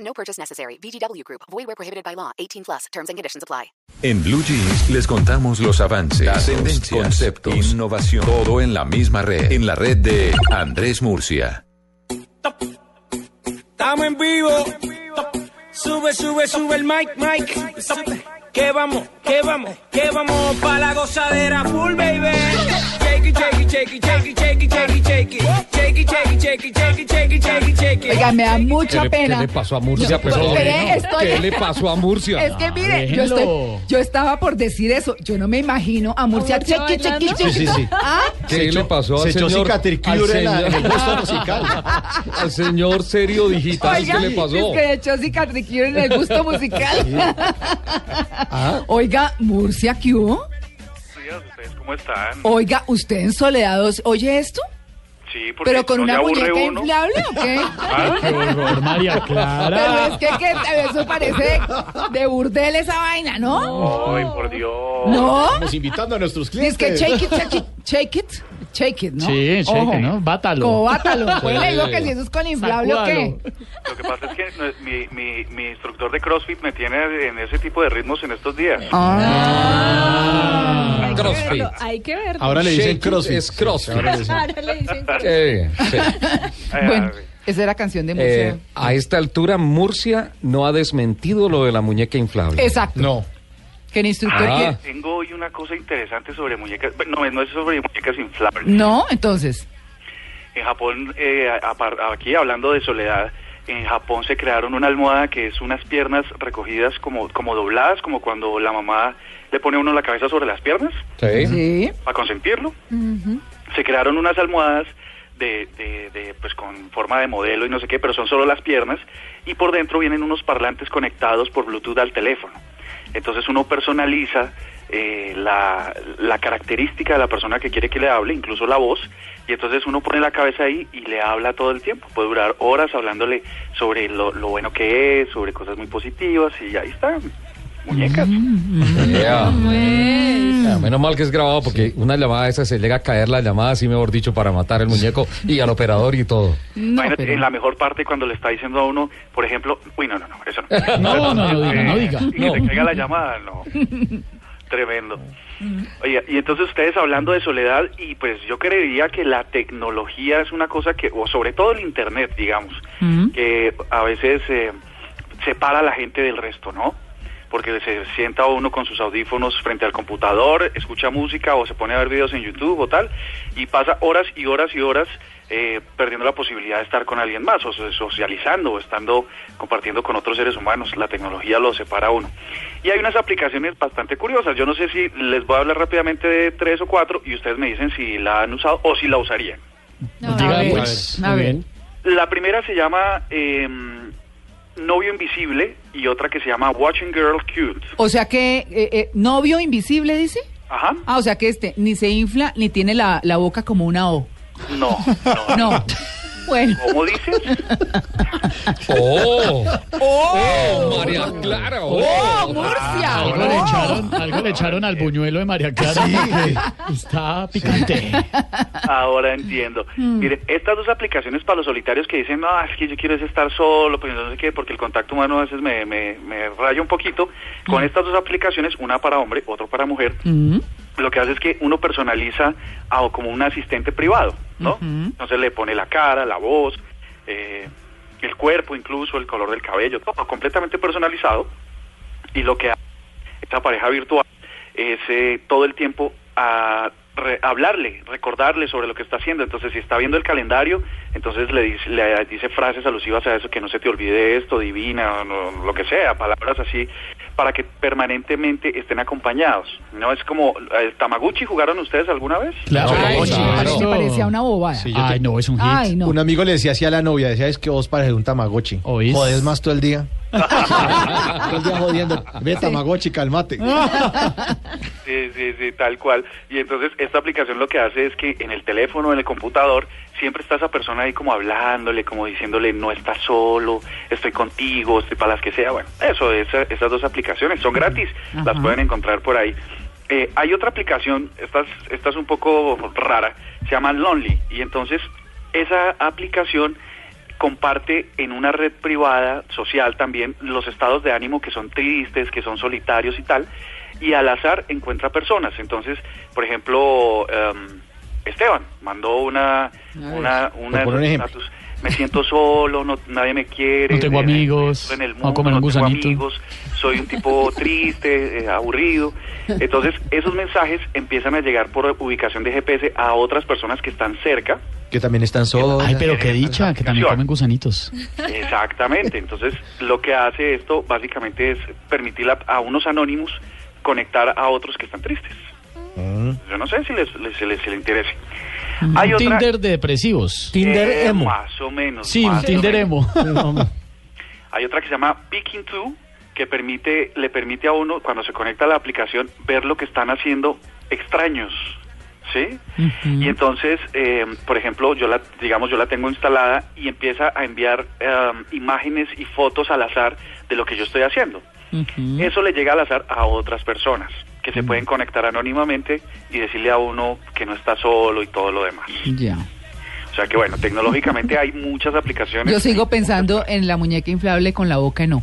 No purchase necessary. VGW Group. Void where prohibited by law. 18 plus. Terms and conditions apply. En Blue Jeans les contamos los avances, Datos, tendencias, conceptos, innovación, todo en la misma red, en la red de Andrés Murcia. Estamos en vivo. Sube, sube, sube el mic, mic. Que vamos, que vamos, que vamos pa' la gozadera full, baby. Shake it, shake it, shake it, shake it, shake it, shake it, shake it. Shake it, shake it, shake it, shake it, shake it, shake it, shake it. Oiga, me da mucha ¿Qué le- pena. ¿Qué le pasó a Murcia? Yo- Perdón, espere, ¿no? estoy- ¿Qué le pasó a Murcia? Es que mire, yo, déjelo. estoy- yo estaba por decir eso. Yo no me imagino a Murcia. Murcia chequi, chequi, bailando? chequi. Sí, sí, sí. Ah, ¿Qué le pasó al se echó señor? cicatricure en la- en el gusto musical. al señor serio digital, oiga, ¿qué le pasó? es que echó cicatricure en el gusto musical. Ah. Oiga, Murcia, ¿qué hubo? días, ¿ustedes cómo están? Oiga, ¿usted en Soledad dos oye esto? Sí, porque ¿Pero con no le una aburre muñeca uno. inflable o qué? María Pero Clara. es que, que eso parece de burdel esa vaina, ¿no? Ay, por Dios. ¿No? Estamos invitando a nuestros clientes. Es que shake it, shake it, shake it, shake it, ¿no? Ojo. Bátalo. Cobátalo. Yo le digo Sí. que si eso es con inflable o qué. Lo que pasa es que no es- mi, mi, mi instructor de CrossFit me tiene en ese tipo de ritmos en estos días. Ah. Hay que Crossfit. verlo, Hay que verlo. Ahora le dicen crossfit. Es crossfit. Ahora le dicen- Ahora le dicen que- Eh, sí. Ay, Bueno, ay, esa era canción de museo. Eh, a esta altura, Murcia no ha desmentido lo de la muñeca inflable. Exacto. No. Que el instructor. Ah. quiere- Tengo hoy una cosa interesante sobre muñecas. No, no es sobre muñecas inflables. No, entonces. En Japón, eh, a- a- aquí hablando de soledad, en Japón se crearon una almohada que es unas piernas recogidas como, como dobladas, como cuando la mamá le pone a uno la cabeza sobre las piernas. Sí. Sí. para consentirlo. Se crearon unas almohadas de, de- de, pues con forma de modelo y no sé qué, pero son solo las piernas y por dentro vienen unos parlantes conectados por Bluetooth al teléfono. Entonces uno personaliza eh, la, la característica de la persona que quiere que le hable, incluso la voz, y entonces uno pone la cabeza ahí y le habla todo el tiempo. Puede durar horas hablándole sobre lo, lo bueno que es, sobre cosas muy positivas y ahí está. Muñecas. Yeah. Ah, Menos mal que es grabado porque una llamada esa se llega a caer la llamada, así mejor dicho, para matar el muñeco y al operador y todo. Imagínate, pero- en la mejor parte cuando le está diciendo a uno, por ejemplo, uy, no, no, no, eso no. Eh, No, no, no, no diga, no diga. Y que te No. caiga la llamada, no. Tremendo. Mm. Oye, y entonces ustedes hablando de soledad, y pues yo creería que la tecnología es una cosa que, o sobre todo el Internet, digamos, Mm. que a veces eh, separa a la gente del resto, ¿no? Porque se sienta uno con sus audífonos frente al computador, escucha música o se pone a ver videos en YouTube o tal, y pasa horas y horas y horas eh, perdiendo la posibilidad de estar con alguien más, o so- socializando, o estando compartiendo con otros seres humanos. La tecnología lo separa a uno. Y hay unas aplicaciones bastante curiosas. Yo no sé si les voy a hablar rápidamente de tres o cuatro y ustedes me dicen si la han usado o si la usarían. a ver, pues. a ver. La primera se llama eh, Novio Invisible y otra que se llama Watching Girl Cute. O sea que, eh, eh, novio invisible, dice. Ajá. Ah, o sea que este ni se infla ni tiene la, la boca como una O. No, no. No. Bueno. ¿Cómo dices? ¡Oh! ¡Oh! María Clara! ¡Oh! ¡Oh, Murcia! ¡Oh! algo le echaron al buñuelo de María Clara. Está picante. Ahora entiendo. Mire, estas dos aplicaciones para los solitarios que dicen, no, es que yo quiero es estar solo, pues no sé qué, porque el contacto humano a veces me, me, me raya un poquito. Con estas dos aplicaciones, una para hombre, otra para mujer, lo que hace es que uno personaliza a, como un asistente privado, ¿no? Entonces le pone la cara, la voz, eh, el cuerpo incluso, el color del cabello, todo completamente personalizado. Y lo que hace esta pareja virtual es eh, todo el tiempo ah, re- hablarle, recordarle sobre lo que está haciendo. Entonces, si está viendo el calendario, entonces le dice, le dice frases alusivas a eso, que no se te olvide esto, divina, no- lo que sea, palabras así, para que permanentemente estén acompañados. No es como el Tamaguchi, ¿jugaron ustedes alguna vez? Claro, Ay, no, sí, claro. Me parecía una bobada. Sí, yo te- Ay, no, es un hit. Ay, no. Un amigo le decía así a la novia, decía, es que vos pareces un tamagotchi. ¿Oís? Jodés más todo el día. todo el día jodiendo. Ve, tamagotchi, calmate. Sí, sí, sí, tal cual. Y entonces esta aplicación lo que hace es que en el teléfono, en el computador, siempre está esa persona ahí como hablándole, como diciéndole, no estás solo, estoy contigo, estoy para las que sea. Bueno, eso, esa- esas dos aplicaciones son gratis, las pueden encontrar por ahí. Eh, hay otra aplicación, esta es, esta es un poco rara, se llama Lonely. Y entonces esa aplicación comparte en una red privada, social también, los estados de ánimo que son tristes, que son solitarios y tal, y al azar encuentra personas. Entonces, por ejemplo, em, Esteban mandó una... una, una por un ejemplo. status, me siento solo, no, nadie me quiere. No tengo me- me amigos, encierro en el voy a comer mundo, un no tengo gusanito. amigos, soy un tipo triste, eh, aburrido. Entonces, esos mensajes empiezan a llegar por ubicación de GPS a otras personas que están cerca. que también están solos. Ay, pero qué dicha, que también comen gusanitos. Exactamente. Entonces, lo que hace esto básicamente es permitir a, a unos anónimos conectar a otros que están tristes. Yo no sé si les, les, si les, si les interese. Hay Un otra- Mm. Tinder de depresivos. Tinder Eh, emo. Más o menos. Sí, un más o Tinder menos. emo. Hay otra que se llama Picking To, que permite, le permite a uno, cuando se conecta a la aplicación, ver lo que están haciendo extraños. ¿Sí? Y entonces, eh, por ejemplo, yo la, digamos, yo la tengo instalada y empieza a enviar em, imágenes y fotos al azar de lo que yo estoy haciendo. Eso le llega al azar a otras personas que se pueden conectar anónimamente y decirle a uno que no está solo y todo lo demás. Ya. O sea que bueno, tecnológicamente hay muchas aplicaciones. Yo sigo pensando en la muñeca inflable con la boca, no.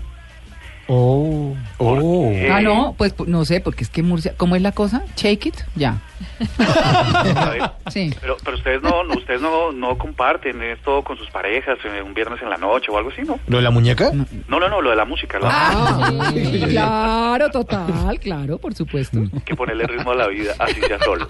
Oh. Oh. Eh, Ah, no, pues pu- no sé, porque es que Murcia, ¿cómo es la cosa? Shake it, ya. a ver, Sí. Pero, pero ustedes no, no- ustedes no, no comparten esto con sus parejas eh, un viernes en la noche o algo así, ¿no? ¿Lo de la muñeca? No, no, no, lo de la música, lo- Ah. Sí, claro, total, claro, por supuesto. hay que ponerle ritmo a la vida, así sea solos.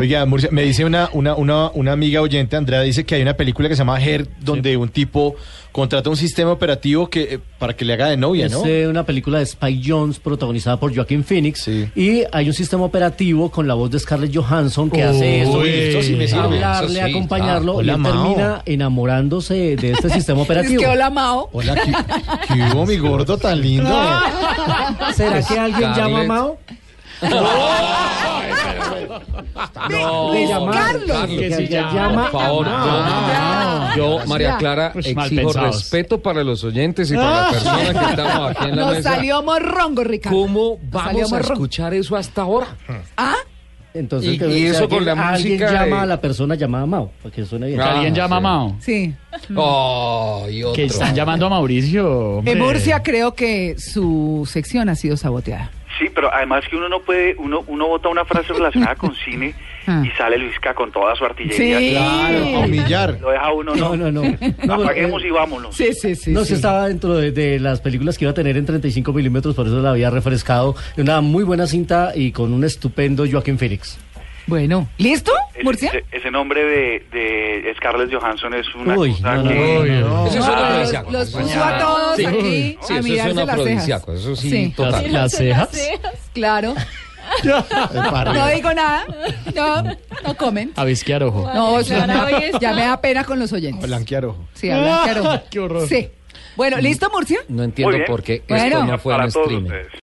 Oiga, Murcia, me dice una, una, una, una amiga oyente, Andrea, dice que hay una película que se llama Her, donde un tipo contrata un sistema operativo que eh, para que le haga de novia, ¿no? Es eh, una película de Spike Jones protagonizada por Joaquin Phoenix. Sí. Y hay un sistema operativo con la voz de Scarlett Johansson que hace eso. Uy, esto sí me sirve. Hablarle, Eso sí. acompañarlo Ah, hola, y él Mao. termina enamorándose de este sistema Es operativo. que hola, Mao. Hola, ¿qué, qué hubo, mi gordo tan lindo? ¿Será que alguien llama a Scarlett. Mao? No, Le llama- Carlos, que que sí alguien llama. llama Por favor, a Mao. yo- yo, María Clara, Pues mal exijo pensados. respeto para los oyentes y Ah. para las personas que estamos aquí en la Nos mesa. salió morrongo, Ricardo. ¿Cómo Nos salió vamos a morrongo. escuchar eso hasta ahora? Entonces, Y- que- y eso alguien- con la alguien música llama de- a la persona llamada Mao, para que suene bien. Ah, Alguien llama a sí. Mao. Sí. Oh, y otro. Que están llamando a Mauricio. hombre. En Eh, Murcia creo que su sección ha sido saboteada. Sí, pero además que uno no puede, uno, uno vota una frase relacionada con cine y sale Luisca con toda su artillería. Ah. Sí. Claro, a humillar. Lo deja uno, No, no. no, no. No, Apaguemos eh, y vámonos. Sí, sí, sí. No, sí. se estaba dentro de, de las películas que iba a tener en 35 milímetros, por eso la había refrescado. Una muy buena cinta y con un estupendo Joaquín Phoenix. Bueno, ¿listo, Ese- Murcia? Ese, ese nombre de, de Scarlett Johansson es una Uy, cosa no, no, que... no, no, no. Eso No, suena Ah, los- afrodisíaco. los Eso puso a todos Sí. aquí Sí, a eso mirarse las suena cejas. afrodisíaco, eso sí, Sí. Las, total. las cejas. Claro. No digo nada. No, no comen. Ah, A visquear ojo. No, eso no. ya me da pena con los oyentes. Blanquear ojo. Sí, hablan claro. Qué horror. Sí. Bueno, ¿listo, Murcia? No entiendo bien. por qué Bueno. esto no fue para en todos streaming. ustedes.